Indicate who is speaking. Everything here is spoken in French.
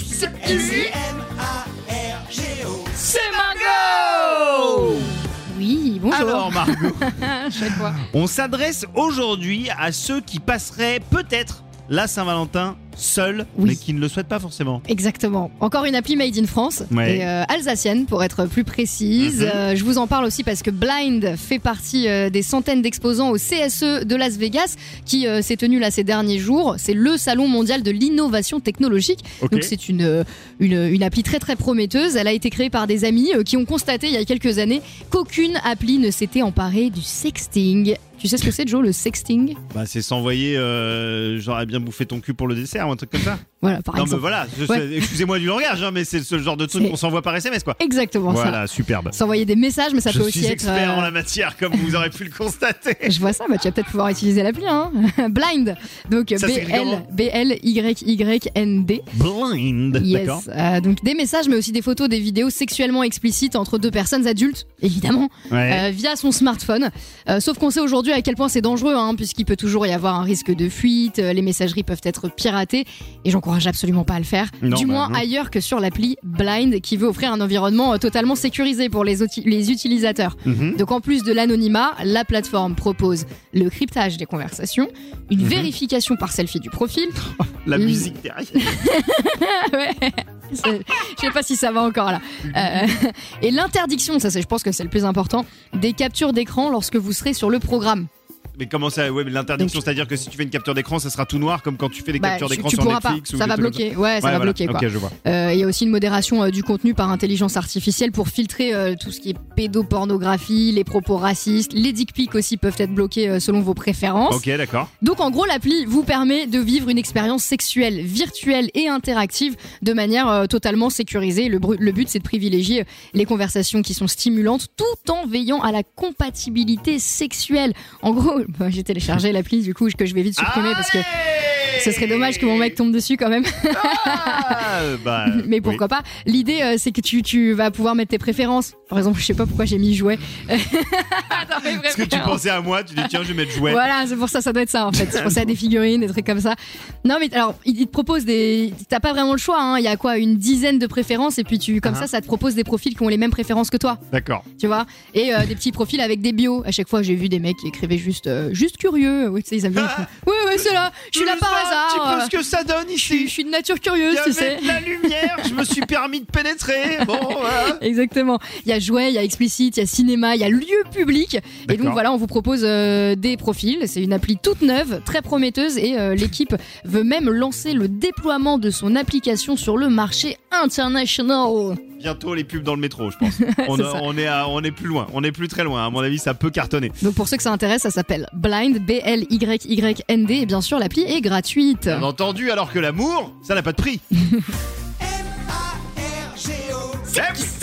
Speaker 1: ici.
Speaker 2: M-A-R-G-O.
Speaker 1: C'est Margot
Speaker 3: Oui, bonjour.
Speaker 2: Alors, Margot,
Speaker 3: Chaque fois.
Speaker 2: on s'adresse aujourd'hui à ceux qui passeraient peut-être la Saint-Valentin seuls,
Speaker 3: Oui.
Speaker 2: mais qui ne le souhaitent pas forcément.
Speaker 3: Exactement. Encore une appli made in France
Speaker 2: Ouais.
Speaker 3: et euh, alsacienne pour être plus précise.
Speaker 2: Mhm.
Speaker 3: Euh, je vous en parle aussi parce que Blind fait partie euh, des centaines d'exposants au CSE de Las Vegas qui euh, s'est tenu là ces derniers jours. C'est le salon mondial de l'innovation technologique.
Speaker 2: Ok.
Speaker 3: Donc c'est une, euh, une, une appli très très prometteuse. Elle a été créée par des amis euh, qui ont constaté il y a quelques années qu'aucune appli ne s'était emparée du sexting. Tu sais ce que c'est Joe le sexting
Speaker 2: Bah, c'est s'envoyer, euh, j'aurais bien bouffé ton cul pour le dessert ou un truc comme ça.
Speaker 3: Voilà par
Speaker 2: non, mais
Speaker 3: exemple.
Speaker 2: voilà, je-
Speaker 3: Ouais.
Speaker 2: c'est- excusez-moi du langage, hein, mais c'est ce genre de truc
Speaker 3: C'est-
Speaker 2: qu'on s'envoie par SMS, quoi.
Speaker 3: Exactement ça.
Speaker 2: voilà, superbe.
Speaker 3: S'envoyer des messages mais ça
Speaker 2: je
Speaker 3: peut
Speaker 2: suis
Speaker 3: aussi être...
Speaker 2: expert
Speaker 3: euh,
Speaker 2: en la matière, comme vous aurez pu le constater.
Speaker 3: Je vois ça, bah, tu vas peut-être pouvoir utiliser l'appli. Hein. Blind, donc
Speaker 2: Ça s'écrit comment
Speaker 3: B-L- B-L-Y-Y-N-D.
Speaker 2: Blind. D'accord.
Speaker 3: Yes. Euh, donc des messages, mais aussi des photos, des vidéos sexuellement explicites entre deux personnes adultes, évidemment,
Speaker 2: Ouais.
Speaker 3: euh, via son smartphone. Euh, sauf qu'on sait aujourd'hui à quel point c'est dangereux, hein, puisqu'il peut toujours y avoir un risque de fuite, euh, les messageries peuvent être piratées, et j'encourage absolument pas à le faire.
Speaker 2: Non,
Speaker 3: du
Speaker 2: bah
Speaker 3: moins
Speaker 2: non.
Speaker 3: ailleurs que sur l'appli Blind, qui veut offrir un environnement euh, totalement sécurisé pour les uti- les utilisateurs.
Speaker 2: Mhm.
Speaker 3: Donc en plus de l'anonymat, la plateforme propose le cryptage des conversations, une
Speaker 2: Mhm.
Speaker 3: vérification par selfie du profil.
Speaker 2: La
Speaker 3: Mm.
Speaker 2: musique derrière.
Speaker 3: Ouais. C'est- Je sais pas si ça va encore là. Euh, et l'interdiction, ça c'est, je pense que c'est le plus important, des captures d'écran lorsque vous serez sur le programme.
Speaker 2: mais comment ça Ouais, mais l'interdiction, c'est-à-dire que si tu fais une capture d'écran, ça sera tout noir, comme quand tu fais des
Speaker 3: Bah,
Speaker 2: captures
Speaker 3: tu,
Speaker 2: d'écran
Speaker 3: tu
Speaker 2: sur
Speaker 3: pourras
Speaker 2: Netflix
Speaker 3: pas,
Speaker 2: ou
Speaker 3: ça
Speaker 2: des
Speaker 3: va
Speaker 2: trucs comme
Speaker 3: bloquer. Ouais, ça
Speaker 2: Ouais, voilà.
Speaker 3: va bloquer quoi.
Speaker 2: Ok, je vois.
Speaker 3: Euh, Il y a aussi une modération euh, du contenu par intelligence artificielle pour filtrer euh, tout ce qui est pédopornographie, les propos racistes, les dick pics aussi peuvent être bloqués euh, selon vos préférences.
Speaker 2: Ok, d'accord.
Speaker 3: Donc en gros, l'appli vous permet de vivre une expérience sexuelle, virtuelle et interactive de manière euh, totalement sécurisée. Le, bru- le but, c'est de privilégier euh, les conversations qui sont stimulantes tout en veillant à la compatibilité sexuelle. En gros, bah, j'ai téléchargé l'appli du coup que je vais vite supprimer parce que ce serait dommage que mon mec tombe dessus quand même.
Speaker 2: Ah, bah,
Speaker 3: Mais pourquoi pas L'idée, euh, c'est que tu, tu vas pouvoir mettre tes préférences. Par exemple, je sais pas pourquoi j'ai mis jouet. Attends, mes
Speaker 2: Parce que tu
Speaker 3: préférences.
Speaker 2: pensais à moi, tu dis tiens, je vais mettre jouet.
Speaker 3: Voilà, c'est pour ça, ça doit être ça en fait. C'est pour ça des figurines, des trucs comme ça. Non, mais alors, il il te propose des. T'as pas vraiment le choix, hein. Il y a quoi Une dizaine de préférences, et puis tu, comme
Speaker 2: Ah.
Speaker 3: ça, ça te propose des profils qui ont les mêmes préférences que toi,
Speaker 2: D'accord.
Speaker 3: tu vois. Et euh, des petits profils avec des bios. À chaque fois, j'ai vu des mecs qui écrivaient juste, euh, juste curieux. Oui, tu sais, ils aiment bien.
Speaker 2: Ah.
Speaker 3: oui, oui, c'est là, je suis là
Speaker 2: Tout
Speaker 3: par
Speaker 2: ça,
Speaker 3: hasard.
Speaker 2: Tu
Speaker 3: euh,
Speaker 2: sais ce que ça donne
Speaker 3: Je suis- je
Speaker 2: ici
Speaker 3: suis de nature
Speaker 2: Il
Speaker 3: curieuse,
Speaker 2: y
Speaker 3: tu
Speaker 2: avait
Speaker 3: sais.
Speaker 2: de la lumière, je me suis permis de pénétrer. Bon, voilà.
Speaker 3: Exactement. Il y a jouet, il y a explicite, il y a cinéma, il y a lieu public. Et
Speaker 2: D'accord.
Speaker 3: donc voilà, on vous propose euh, des profils. C'est une appli toute neuve, très prometteuse et euh, l'équipe veut même lancer le déploiement de son application sur le marché international.
Speaker 2: Bientôt les pubs dans le métro, je pense. On,
Speaker 3: C'est
Speaker 2: a-
Speaker 3: ça.
Speaker 2: on est, à- on est plus loin, on est plus très loin. À mon avis, ça peut cartonner.
Speaker 3: Donc pour ceux que ça intéresse, ça s'appelle Blind, B-L-Y-Y-N-D. Et bien sûr, l'appli est gratuite.
Speaker 2: Bien entendu, alors que l'amour, ça n'a pas de prix.
Speaker 1: M-A-R-G-O.
Speaker 2: Sex